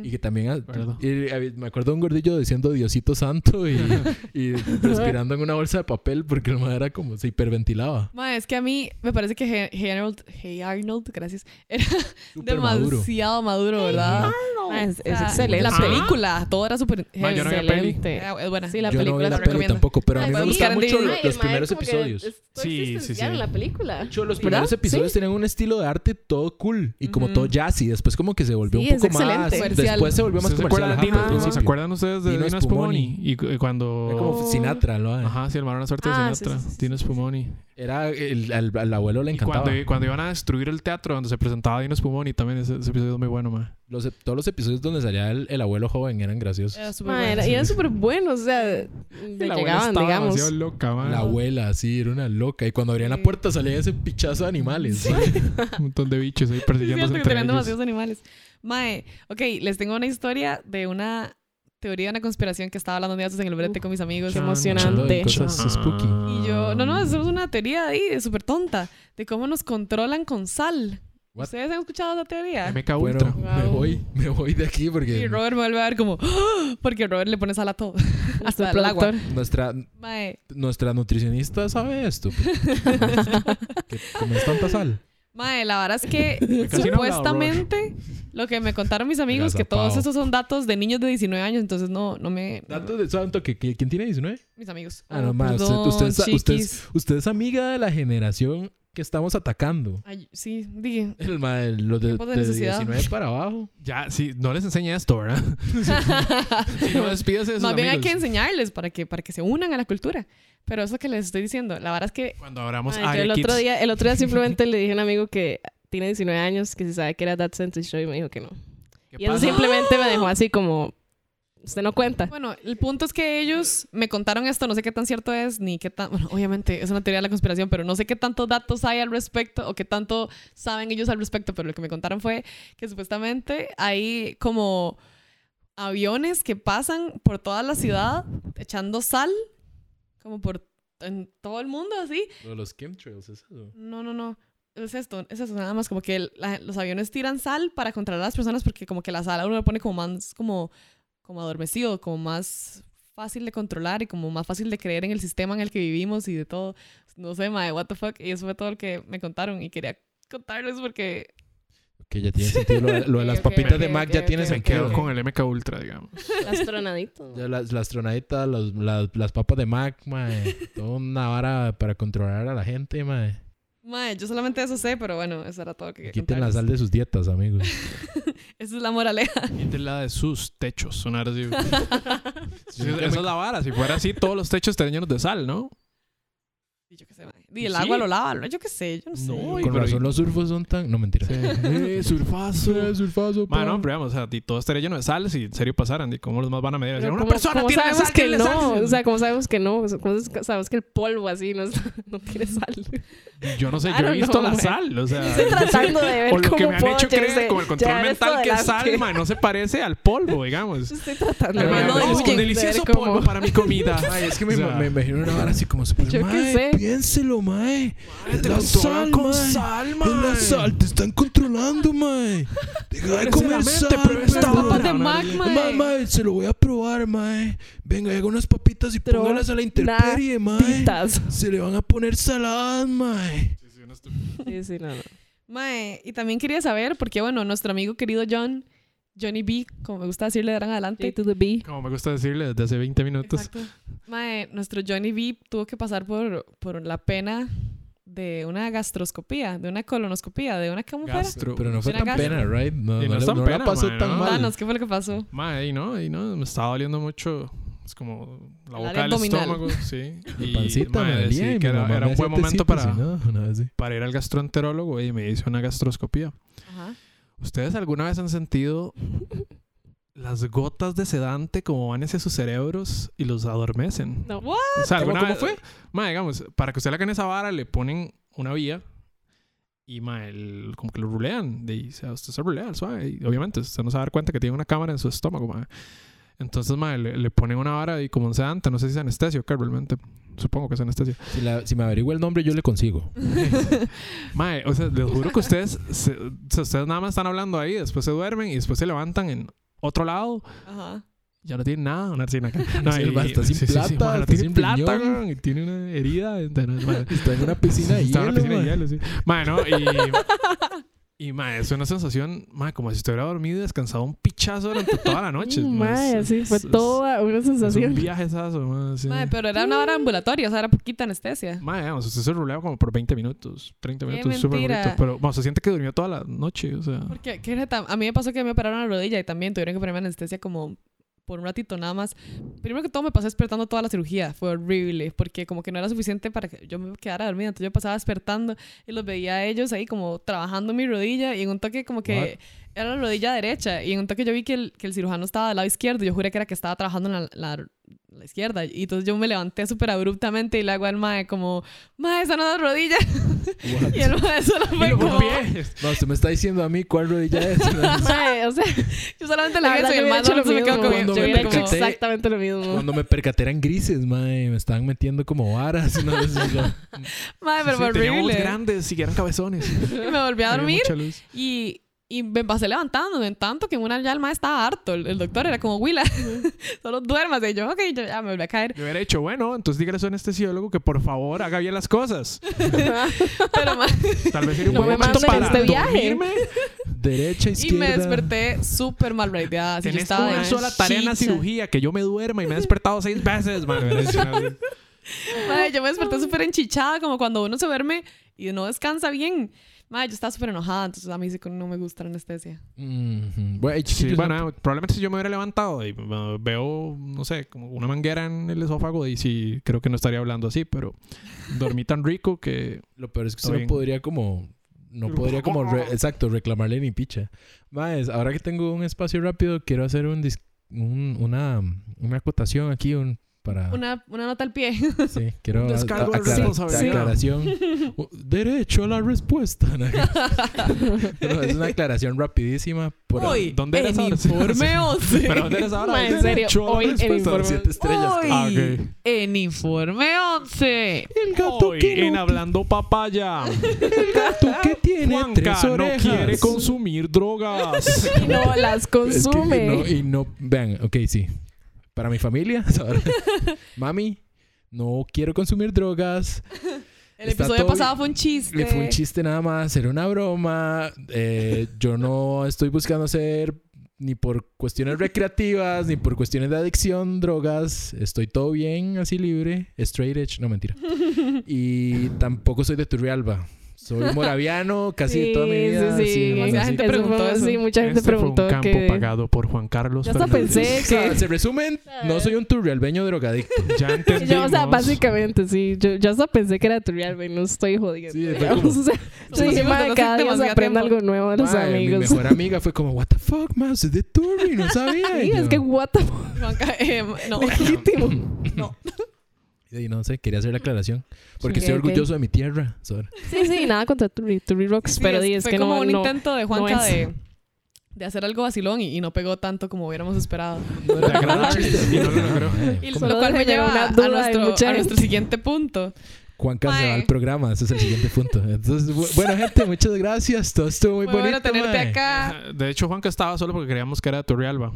Y que también.
Acuerdo.
y había- me acuerdo de un gordillo diciendo Diosito Santo y, y respirando en una bolsa de papel porque el madre era como se hiperventilaba.
Mae, es que a mí me parece que Ge- Hey Arnold, Hey Arnold, gracias, era
Súper maduro.
demasiado maduro, ¿verdad?
Mae, es, es
O sea,
excelente.
La
Ah.
película, todo era súper...
Mae, yo no había peli.
excelente.
Ah, es buena.
Sí, la
Yo no vi
película
la
te
peli
recomiendo.
tampoco, pero a
Ay,
mí me
puedes
gustan
buscar en
mucho
DVD.
los,
Ay,
los
el mae
primeros
como que
episodios.
es- fue
Sí, sí,
existencial
sí.
en la película.
Mucho, los
¿Verdad?
primeros
Sí.
episodios tenían un estilo de arte todo cool y como
Ujú.
todo jazz y después como que se volvió
Sí,
un
es
poco más
excelente.
Comercial.
después se volvió más
¿Ustedes se
comercial
acuerdan,
ajá,
Dino-
pero al
¿Se
principio
acuerdan ustedes de
Dino
Dino Spumoni? Y, cu- y cuando...
era como Sinatra lo mae.
Oh. Ajá, sí, el man era una suerte
Ah,
de
sí, sí,
Sinatra.
sí, sí,
Dino Spumoni.
era el, al, al abuelo le
Y
encantaba
cuando, cuando iban a destruir el teatro donde se presentaba Dino Spumoni, también ese, ese episodio es muy bueno, man.
Los- todos los episodios donde salía el, el abuelo joven eran graciosos
Era súper
Mae,
buena.
era- y eran súper buenos, o sea, le llegaban, digamos.
demasiado loca, man.
la abuela sí era una loca y cuando abrían la puerta salía ese pichazo de animales mae.
Un montón de bichos ahí
Sí, es
persiguiéndose
cierto que
entre
tenían
ellos.
demasiados animales. Mae, ok, les tengo una historia de una teoría de una conspiración que estaba hablando de en el brete con mis amigos.
qué
Chan,
Hablando de
emocionante.
cosas spooky
Y yo, no, no, eso es una teoría ahí, de súper tonta, de cómo nos controlan con sal.
What?
¿Ustedes han escuchado esa teoría?
MK Ultra.
bueno me voy me voy de aquí
Y
porque
Robert me vuelve a ver como, "Ah", porque Robert le pone sal a todo, hasta el
Nuestro
agua.
productor.
nuestra
Mae,
Nuestra nutricionista sabe esto. que comes tanta sal.
mae, la verdad es que
casi no hablaba,
supuestamente lo que me contaron mis amigos, que todos
Agazapao.
esos son datos de niños de 19 años, entonces no, no me...
Datos de santo que, que- quién tiene 19.
Mis amigos.
Ah, no más. Usted,
Perdón,
usted, es- usted es-
chiquis.
usted es amiga de la generación que estamos atacando.
Ay, sí, dije,
El ma- el- los de,
Tiempos de
de
necesidad.
19 para abajo.
Ya, sí, no les enseña esto, ¿verdad? si no despídase de sus
Más bien hay
amigos.
que enseñarles para que, para que se unan a la cultura. Pero eso que les estoy diciendo, la verdad es que
Cuando abramos
Ay, yo
Are
el, otro
Kids.
día, el otro día simplemente le dije a un amigo que tiene 19 años que si sabe que era That Center Show y me dijo que no.
¿Qué
Y él
pasa?
simplemente me dejó así como, usted no cuenta.
Bueno, el punto es que ellos me contaron esto, no sé qué tan cierto es, ni qué tan... Bueno, obviamente es una teoría de la conspiración, pero no sé qué tantos datos hay al respecto o qué tanto saben ellos al respecto, pero lo que me contaron fue que supuestamente hay como aviones que pasan por toda la ciudad echando sal, como por... en todo el mundo así.
Los chemtrails, ¿es eso?
No, no, no. Es esto, es eso, nada más como que el- la- los aviones tiran sal para controlar a las personas porque como que la sal a uno lo pone como más, como, como adormecido, como más fácil de controlar y como más fácil de creer en el sistema en el que vivimos y de todo. No sé, mae, what the fuck. Y eso fue todo lo que me contaron y quería contarles porque...
Que ya tiene sentido. Lo, de- lo de las
Ok,
papitas
ok,
de Mac
ok,
ya tiene
ok,
Me
ok.
sentido.
quedo con el MK Ultra, digamos.
Las tronaditos.
Ya las, las tronaditas, los- las, las papas de Mac, mae. Toda una vara para controlar a la gente, mae.
Mae, yo solamente eso sé, pero bueno, eso era todo lo que quería
Quiten la
contarles.
sal de sus dietas, amigos.
Esa es la moraleja.
Y la de sus techos, sonar así. Sí, esa es la vara. Si fuera así, todos los techos estarían llenos de sal, ¿no?
Y yo qué sé, mae. Y el
Sí.
agua lo lava, ¿no? yo qué sé, yo no sé.
No, y-
Con
pero-
razón los surfos son tan... No, mentira.
Eh, surfazo.
Eh, surfazo,
Ma,
pa.
no, pero vamos, o sea, ti- todo estaría lleno de sal si en serio pasaran. ¿Y ¿Cómo los más van a medir?
Pero
Decir, Una
¿cómo-
persona
cómo
tiene
sabemos
sal,
que
tírale
no.
sal.
O sea, ¿cómo sabemos que no? O sea, ¿Cómo es- sabemos que el polvo así no, es- no tiene sal?
Yo no sé,
I
yo he
don't
visto
know,
la
man.
sal. O sea,
Estoy tratando de ver
o lo
cómo
que me han
puedo
hecho creer
llevarse-
con el control
llevar esto
mental que es
adelante.
sal, ma, no se parece al polvo, digamos.
Estoy tratando
Pero
de
no,
Ay,
no,
es
no,
un
entender
delicioso
cómo-
polvo para mi comida.
Ay, es que me,
O sea,
me imagino una vara así como super,
Yo qué
"Mae,
sé".
piénselo, mae.
Ay, te
la
controlan
sal,
con
mae.
sal,
Es
mae.
la sal, te están controlando, mae. Deja de
Eres
comer
solamente,
sal,
pero eres
perro.
tapadura,
Papas de
una
Mac,
verga.
mae.
Mae, mae, se lo voy a probar, mae. Venga, haga unas papitas y
Tro-
póngalas a la intemperie, mae.
Titas.
Se le van a poner saladas, mae.
Sí, sí, no, no.
Mae, y también quería saber, porque bueno, nuestro amigo querido John, Johnny B, como me gusta decirle de ahora en
J
adelante.
to the B.
Como me gusta decirle desde hace 20 minutos.
Exacto. Mae, nuestro Johnny B tuvo que pasar por, por la pena de una gastroscopía, de una colonoscopía, de una camufera.
Gastro.
Pero no fue
Era
tan
gasto.
pena, right? No,
Y no
no,
es
le-
tan
no la
pena,
pasó
mae,
tan
¿no?
mal.
Danos, ¿qué fue lo que pasó?
Ma, y no, y no, me estaba doliendo mucho. Es como la
El
boca
área
del
abdominal.
estómago, sí.
Mi pancita,
ma,
me dolía
decidí que
y mi
era,
mamá
era
me
un buen
hacía
momento
tecitos
para,
y no, una vez así.
para ir al gastroenterólogo y me hizo una gastroscopía.
Ajá.
¿Ustedes alguna vez han sentido las gotas de sedante como van hacia sus cerebros y los adormecen?
No.
O sea,
¿Cómo-
alguna
cómo
vez-
fue?
Ma, digamos, para que usted la hagan esa vara, le ponen una vía y, ma, el- como que lo rulean. De, o sea, usted se rulea al suave. Y obviamente, usted no se va a dar cuenta que tiene una cámara en su estómago, ma. Entonces, ma, le, le ponen una vara y como un sedante, no sé si es anestesia o qué, realmente. Supongo que es anestesia.
Si, la- si me averigua el nombre, yo le consigo.
Ma, o sea, les juro que ustedes, se- o sea, ustedes nada más están hablando ahí, después se duermen y después se levantan en otro lado.
Ajá.
Ya no tiene nada, una arcina acá. No,
Sí,
y-
va, está sin
ma,
plata,
no
está
tiene
sin
plata,
riñón.
weón, y tiene una herida. entonces, ma,
Está en una piscina de
Estaba en
hielo,
una piscina
mae.
de hielo, sí. Bueno, y. Y, mae, es una sensación, mae, como si estuviera dormido y descansado un pichazo durante toda la noche.
Mm,
mae,
mae,
es-
sí, fue
es- es-
toda una
Es un
sensación.
viaje esazo, mae. sí.
Mae, pero era una vara ambulatoria, o sea, era poquita anestesia.
Mae, vamos, usted se rulea como por 20 minutos, 30
Qué
minutos, súper
mentira.
bonito. Pero, vamos, se siente que durmió toda la noche, o sea.
Porque ¿qué era tan- a mí me pasó que me operaron la rodilla y también tuvieron que ponerme anestesia como por un ratito nada más. Primero que todo me pasé despertando toda la cirugía, fue horrible, porque como que no era suficiente para que yo me quedara dormida, entonces yo pasaba despertando y los veía a ellos ahí como trabajando mi rodilla y en un toque como que
What?
era la rodilla derecha y en un toque yo vi que el, que el cirujano estaba del lado izquierdo y yo juré que era que estaba trabajando en la, la- la izquierda y entonces yo me levanté súper abruptamente y le hago al mae como, mae, esa no es la rodilla
What?
y el mae solo
Y
fue
luego
como...
pie.
No, usted me está diciendo a mí cuál rodilla es.
Mae, o sea,
Yo solamente le
la
beso y
verdad, yo
el
hubiera
más
hecho lo
se me
mismo.
quedó como...
Cuando
Yo
me
hubiera hecho
percaté-
exactamente lo mismo.
Cuando me percaté eran grises, mae. Me estaban metiendo como varas. Una vez, o sea,
Madre, pero
Sí,
fue
tenía ojos
horrible.
grandes y eran cabezones.
Y me volví a
Había
dormir
mucha luz.
y, y me pasé levantándome en tanto que en una ya el maestro estaba harto. El, el doctor era como, Willa, solo duermas. Y yo, ok, yo ya me volví a caer.
Yo hubiera hecho, bueno, entonces dígale a su anestesiólogo que por favor haga bien las cosas.
Pero, ma-
Tal vez sería un
No
buen
me
momento
manden
para
este viaje.
dormirme
derecha,
y me
izquierda.
desperté súper mal raideada. Así yo
Tenés
estaba
una
de
sola tarea en la
chicha.
cirugía, que yo me duerma y me he despertado seis veces, man.
Madre, yo me desperté súper enchichada, como cuando uno se duerme y no descansa bien. Madre, yo estaba súper enojada, entonces a mí sí que no me gusta la anestesia.
Mhm. Bueno,
Sí,
chiquillos,
bueno, probablemente si yo me hubiera levantado y uh, veo, no sé, como una manguera en el esófago, y sí, creo que no estaría hablando así, pero dormí tan rico que...
Lo peor es que
Está
usted no
bien.
podría como... No podría como... re- exacto, reclamarle ni picha. Maes, ahora que tengo un espacio rápido, quiero hacer un, dis- un- una, una acotación aquí un, para...
Una, una nota al pie.
Sí, quiero
Un descargo de
a- aclara-
responsabilidad.
aclaración. O- Derecho a la respuesta. No, es una aclaración rapidísima. Por
Hoy,
¿dónde eres
en
ahora?
Informe 11.
¿Pero dónde eres ahora?
Ma, en serio,
Derecho a la
hoy en
respuesta.
informe.
siete estrellas.
Hoy,
Ah, ok.
en Informe 11.
El gato
Hoy
que
en
no,
Hablando Papaya,
el gato que tiene
Juanca
tres
no
orejas.
quiere consumir drogas.
No las
Es que
consume.
no, y no, vean, ok, sí. Para mi familia, ahora, mami, no quiero consumir drogas.
El
Está
episodio
todo
pasado fue un chiste.
Le fue un chiste nada más, era una broma. eh, yo no estoy buscando ser ni por cuestiones recreativas, ni por cuestiones de adicción, drogas. Estoy todo bien, así libre, straight edge, no mentira. Y tampoco soy de Turrialba. Soy moraviano casi de toda mi
Sí,
vida.
sí, sí.
sí,
Mucha
así.
gente
Eso
preguntó
fue-
eso.
Sí, mucha gente
Este fue un
preguntó
campo
que...
pagado por Juan Carlos
Yo hasta
Fernández.
pensé
O sea,
que...
se resumen, no soy un turrialbeño drogadicto.
Ya entendimos.
pues Yo, o sea, básicamente, sí. Yo, yo hasta pensé que era trivial, güey. No estoy jodiendo.
Sí, fue
digamos,
como-
o sea,
Nos
sí,
pusimos
mae,
de no
cada
hacer
día se
demasiado
aprende
tiempo.
algo nuevo de los
Mae, Mi
amigos.
mejor amiga fue como, what the fuck, man, soy de turri, no sabía.
Sí,
Y
es
yo-
que what the fuck,
Juanca, eh, no.
legítimo.
Y no sé, quería hacer la aclaración. Porque
Sí,
estoy
ok, ok.
orgulloso de mi tierra. Sor.
Sí, sí, nada contra Turri, Turri Rocks,
Sí,
pero di, es,
fue
que
como
no,
un
no.
intento de Juanca
es.
de, de hacer algo vacilón y, y no pegó tanto como hubiéramos esperado.
Le agrada el chiste y no lo logró.
Y
Solo
lo cual me
generó
lleva
una
a
duda en
nuestro,
mucha
a nuestro
gente.
siguiente punto.
Juan Carlos se va
Mae.
al programa, ese es el siguiente punto. Entonces, bu- bueno, gente, muchas gracias. Todo estuvo muy,
Muy bueno
bonito.
tenerte
mae.
acá.
eh, De hecho, Juanca estaba solo porque creíamos que era de Turrialba.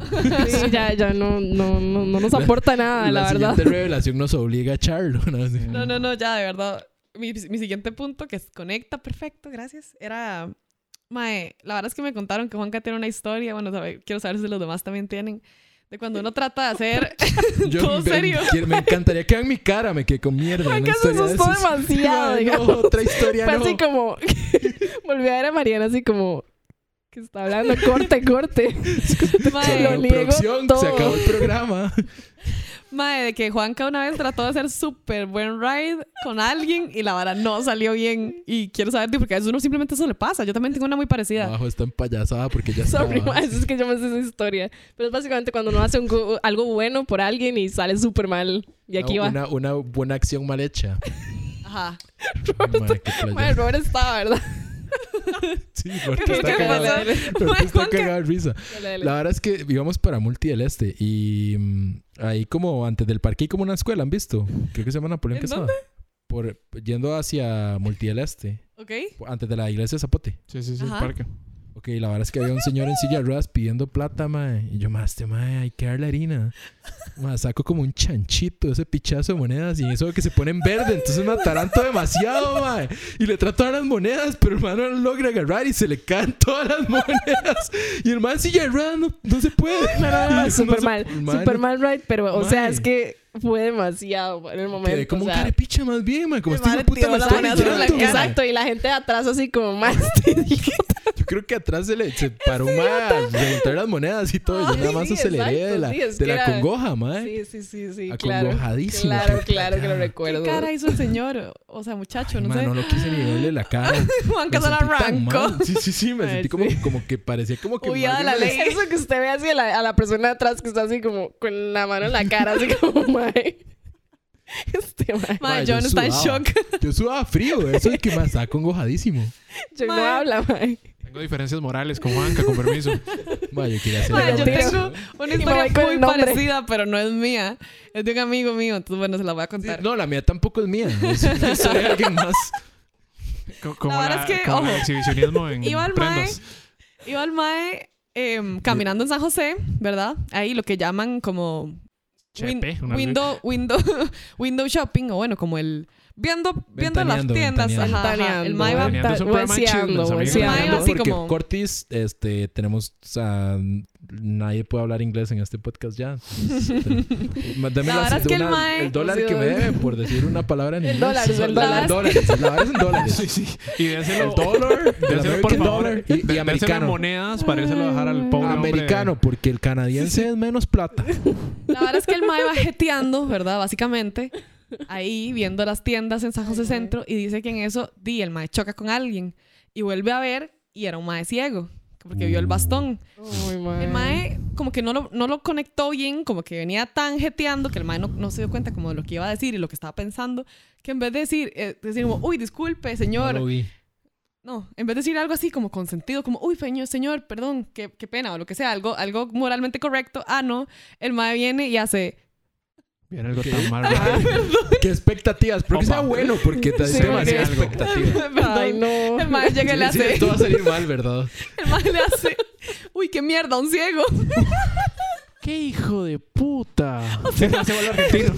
Sí, ya, ya no, no, no, no nos aporta nada, la, verdad.
siguiente revelación nos obliga a echarlo. ¿no? Sí.
No, no, no, ya, de verdad. Mi, mi siguiente punto, que es- conecta perfecto, gracias, era... Mae, la verdad es que me contaron que Juanca tiene una historia, bueno, sabe- quiero saber si los demás también tienen, de cuando uno trata de hacer...
Yo
¿todo
me,
serio?
quiero- me encantaría que vean mi cara, me quedé con mierda. una
Juanca se
historia de
asustó
esas.
demasiado,
Mae,
digamos.
no, otra historia
Fue
no.
así como... Volví a ver a Mariana así como... Que está hablando, corte, corte.
Mae,
lo niego
producción, se
todo.
acabó el programa.
Mae, de que Juanca una vez trató de hacer súper buen ride con alguien y la vara no salió bien. Y quiero saber, di, porque a veces uno simplemente eso le pasa. Yo también tengo una muy parecida.
Abajo está empayasada porque ya está.
Sorry, ma, eso es que yo me sé esa historia. Pero es básicamente cuando uno hace un go- algo bueno por alguien y sale súper mal. Y aquí va.
Ah, Una, una buena acción mal hecha.
Ajá.
Mae, qué playa.
Bueno, Robert está, ¿verdad?
Sí, porque
¿Qué
está
pasa?
cagada. Porque
Mae,
está
Juanca.
cagada de risa.
Dale, dale.
La verdad es que íbamos para Multi del Este y mm, ahí como antes del parque hay como una escuela, ¿han visto? Creo que se llama Napoleón
¿En
Quesada. Por, yendo hacia Multi del Este,
¿Ok?
antes de la iglesia de Zapote.
Sí, sí, sí, el
Ajá.
parque.
Ok, la verdad es que había un señor en silla de ruedas pidiendo plata, mae. Y yo, mae, este mae, hay que darle harina. Mae, saco como un chanchito ese pichazo de monedas y eso que se pone en verde. Entonces me ataranto demasiado, mae. Y le trato a las monedas, pero el mae no logra agarrar y se le caen todas las monedas. Y el mae en silla de ruedas no, no se puede.
No, no, no,
Y eso no
súper
se-
mal.
el mae
Súper
no-
mal, right? Pero, o
Mae.
sea, es que fue demasiado mae, en el momento.
Quedé como
o
un
sea.
carepicha más bien, mae. Como
El
este
mae
hijo de puta
tiró
me
las
está
monedas en la
humillando,
cara.
mae.
Exacto, y la gente de atrás así como este-". más te digo.
Yo creo que atrás se le se paró mae a reventar las monedas y todo. Yo
Ay,
nada más
sí,
aceleré de
exacto,
la,
sí, es
de
que
la
era-
congoja, mae.
Sí, sí, sí, sí, claro.
Acongojadísimo.
Claro, claro que lo
¿Qué
recuerdo.
cara hizo el señor? O sea, muchacho, no
Man, no
sé.
lo quise ni verle la cara. Me
Juanca se la
sentí tan
arrancó.
mal. Sí, sí, sí, me
Ay,
sentí como, como que parecía como que.
Huía de la
alguien me-
ley.
Eso que usted ve así a la, a la persona de atrás que está así como con la mano en la cara, así como, mae. Este, mae.
Mae,
Mae, yo
John está en
sudaba.
shock.
Yo sudaba frío, eso es que más está congojadísimo.
Yo no
Mae.
habla, mae.
Tengo diferencias morales con Juanca, con permiso.
Man, yo quería hacer
Mae,
el
yo
amor.
tengo- Una
Y me voy
historia
con
muy
el nombre.
parecida, pero no es mía. Es de un amigo mío, entonces bueno, se la voy a
Sí,
contar.
No, la mía tampoco es mía. Es una historia de alguien más.
Co- Como
La
la,
verdad es que,
como el
ojo,
exhibicionismo en
iba al
prendas.
Iba al mae em, caminando en San José, ¿verdad? Ahí lo que llaman como win-
Chepe, una-
window, window, window shopping, o bueno, como el viendo, viendo las
Ventaneando,
tiendas.
ventaneando.
ajá, ajá. El mae va
Ventaneando. Teniendo su programa de
hueseando,
chismes, amigo.
hueseando.
Mae, así
porque
como-
Cortis, este, tenemos, o sea, nadie puede hablar inglés en este podcast ya. Deme
La verdad es que el mae-
el dólar que me debe por decir una palabra en
El
inglés.
dólar, el
La
dólar.
verdad es que- la verdad es en dólares.
Sí, sí. Y déselo,
El dólar,
déselo por
el
favor.
dólar y- y,
déselo en
americano. Ah,
monedas para irse a dejar al pobre hombre.
Americano, porque el canadiense es menos plata.
La verdad es que el mae va jeteando, ¿verdad? Básicamente, ahí viendo las tiendas en San José
Ajá.
Centro y dice que en eso, di, el mae choca con alguien y vuelve a ver y era un mae ciego porque vio el bastón.
Uy, mae.
El mae como que no lo, no lo conectó bien, como que venía tan jeteando que el mae no, no se dio cuenta como de lo que iba a decir y lo que estaba pensando, que en vez de decir, eh, decir como, uy, disculpe, señor,
No
no,
lo vi.
en vez de decir algo así como con sentido, como, uy, feño, señor, perdón, qué, qué pena, o lo que sea, algo, algo moralmente correcto, ah, no, el mae viene y hace,
Viene algo tan mal.
Ah, ¿Qué expectativas? Pero que
Opa.
sea bueno, porque te
Sí,
se me
porque-
hacía expectativas.
perdón,
Ay, no.
el mae llega y le
Sí, sí,
hace,
esto va a salir mal, ¿verdad?
el mae le hace, uy, qué mierda, un ciego.
¡Qué hijo de puta! Se hace vuelo argentino.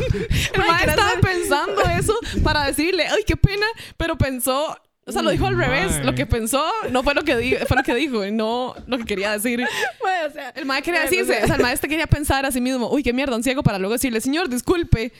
El mae estaba pensando eso para decirle, ay, qué pena, pero pensó O sea, lo dijo al
Mae.
revés. Lo que pensó no fue lo que, di- fue lo que dijo, y no lo que quería decir.
Mae, o sea,
El mae quería
Bueno,
decirse,
sí.
o sea, el maestro quería pensar a sí mismo, uy, qué mierda, un ciego, para luego decirle, señor, disculpe.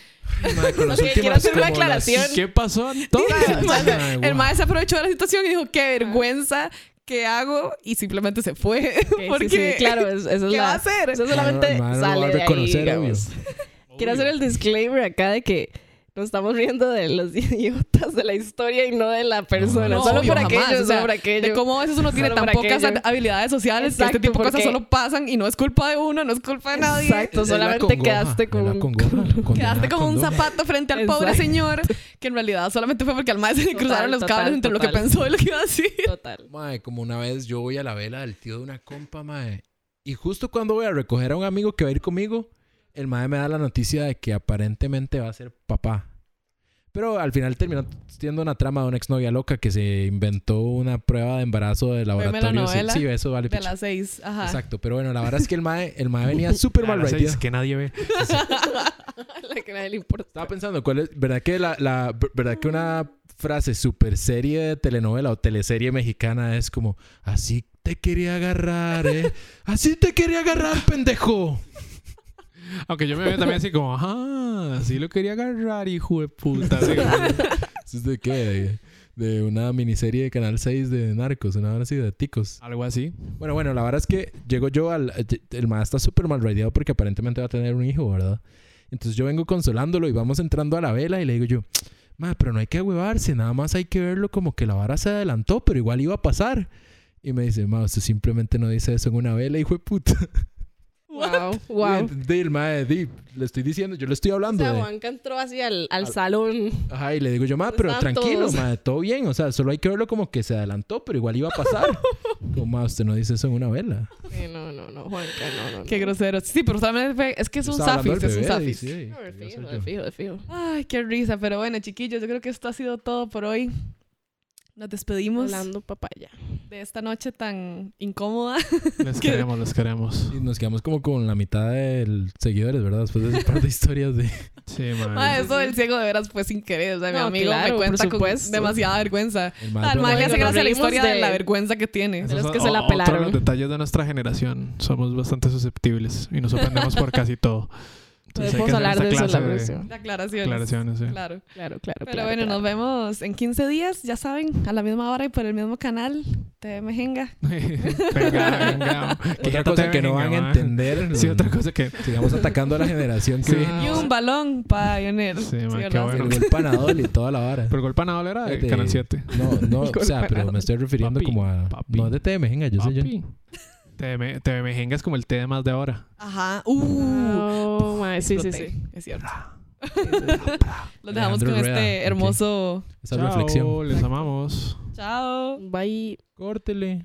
Mae, con las
Ok, quiero
últimas
hacer una
como las-
aclaración.
¿Qué pasó? entonces?
El mae-
Mae,
el
wow.
maestro aprovechó de la situación y dijo, qué vergüenza, ¿qué hago? Y simplemente se fue.
porque
porque,
claro, es- esa es
¿qué
la,
va a hacer?
Eso solamente
Claro, hermano, lo va a
sale de ahí,
reconocer,
digamos. Quiero hacer el disclaimer acá de que nos estamos riendo de los idiotas de la historia y no de la persona.
No,
solo
obvio,
por aquello,
jamás, o sea,
solo por aquello.
De cómo a veces uno tiene
Solo
tan
por
pocas
aquello.
habilidades sociales que
Exacto,
este tipo de cosas
porque-
solo pasan y no es culpa de uno, no es culpa de nadie.
Exacto,
Es la
solamente
congoja,
quedaste
es la
con...
congoja, condenada
Quedaste como un
congoja.
zapato frente al pobre
Exacto.
señor, que en realidad solamente fue porque al maestro se le
Total,
cruzaron los
total,
cables entre lo que
total.
pensó y lo que iba a decir.
Total.
Mae, como una vez yo voy a la vela del tío de una compa, mae. Y justo cuando voy a recoger a un amigo que va a ir conmigo, el mae me da la noticia de que aparentemente va a ser papá. Pero al final terminó siendo una trama de una exnovia loca que se inventó una prueba de embarazo de
la
laboratorio. Sí,
novela
sí, eso vale
De
picha.
las seis, ajá.
Exacto, pero bueno, la verdad es que el mae, el mae venía súper
A
mal
las seis
rateado.
que nadie ve.
la que a nadie le importa.
Estaba pensando, ¿cuál es? ¿Verdad que, la, la- ¿verdad que una frase súper serie de telenovela o teleserie mexicana es como, así te quería agarrar, eh? Así te quería agarrar, pendejo.
Aunque yo me veo también así como, ajá, sí lo quería agarrar, hijo de puta. Así como,
¿Eso ¿Es de qué? De, de una miniserie de Canal 6 de narcos, una hora así de ticos.
algo así.
Bueno, bueno, la verdad es que llego yo al... eh, El man está súper mal radiado porque aparentemente va a tener un hijo, ¿verdad? Entonces yo vengo consolándolo y vamos entrando a la vela y le digo yo, ma, pero no hay que huevarse, nada más hay que verlo como que la vara se adelantó, pero igual iba a pasar. Y me dice, ma, usted simplemente no dice eso en una vela, hijo de puta.
Wow,
Y
wow.
entendí, el ma, eh, di, le estoy diciendo, yo le estoy
O
hablando.
sea,
de-
Juanca entró así al, al salón.
Ajá, y le digo yo, ma,
Pues
¿Dónde
pero
estaban
tranquilo,
todos?"
ma, todo bien, o sea, solo hay que verlo como que se adelantó, pero igual iba a pasar. Como, ma, usted no dice eso en una vela.
Sí, no, no, no, Juanca, no, no. no.
Qué grosero. Sí, pero solamente fue- es que es un
Estaba hablando
zafis,
del
es
bebé,
un zafis.
sí, sí,
No,
yo soy
de fijo,
yo.
de fijo, de fijo.
Ay, qué risa. Pero bueno, chiquillos, yo creo que esto ha sido todo por hoy. Nos despedimos
Hablando papaya.
de esta noche tan incómoda.
Les
¿Qué?
queremos, les queremos.
Y nos quedamos como con la mitad de seguidores, ¿verdad? Después de ese par de historias de...
Sí,
Ah,
madre.
eso del ciego de veras fue sin querer. O sea, mi
No,
amigo
claro,
me
por
cuenta con
supuesto.
demasiada vergüenza.
El
Al mal le hace
Nos
gracia la
reímos
historia de...
de-
la vergüenza que tiene.
de los
son
que se la
o- otro de
pelaron.
los detalles de nuestra generación. Somos bastante susceptibles y nos ofendemos por casi todo. Entonces hay
Pues Podemos
que hacer esta
hablar de eso en
clase
la próxima.
De aclaraciones.
Aclaraciones, sí.
Claro.
Claro, claro.
Pero
claro,
bueno,
claro.
nos vemos en 15 días, ya saben, a la misma hora y por el mismo canal. TV Mejenga.
venga, venga.
Otra cosa que no van a entender.
Sí, otra cosa que.
Sigamos atacando a la generación
Sí.
que...
Ah,
Y
sí.
un balón para Ioner.
Sí, man, qué
¿verdad?
bueno.
El gol panadol y toda la vara.
Pero el panadol era de
De-
Canal 7.
No, no,
El
o
gol
sea, pero
Panadol.
me estoy refiriendo
Papi,
como a...
papi.
No es de TM, venga, yo soy yo.
Papi. Te me- te me jenga es como el té de más de ahora.
Ajá. Uh.
Oh, mae, sí, sí,
Exploté.
sí.
Es cierto.
Sí, sí, sí.
Los dejamos
Alejandro
con
Rueda,
este
ok.
hermoso.
Esa
Chao,
reflexión.
Les amamos.
Chao.
Bye.
Córtele.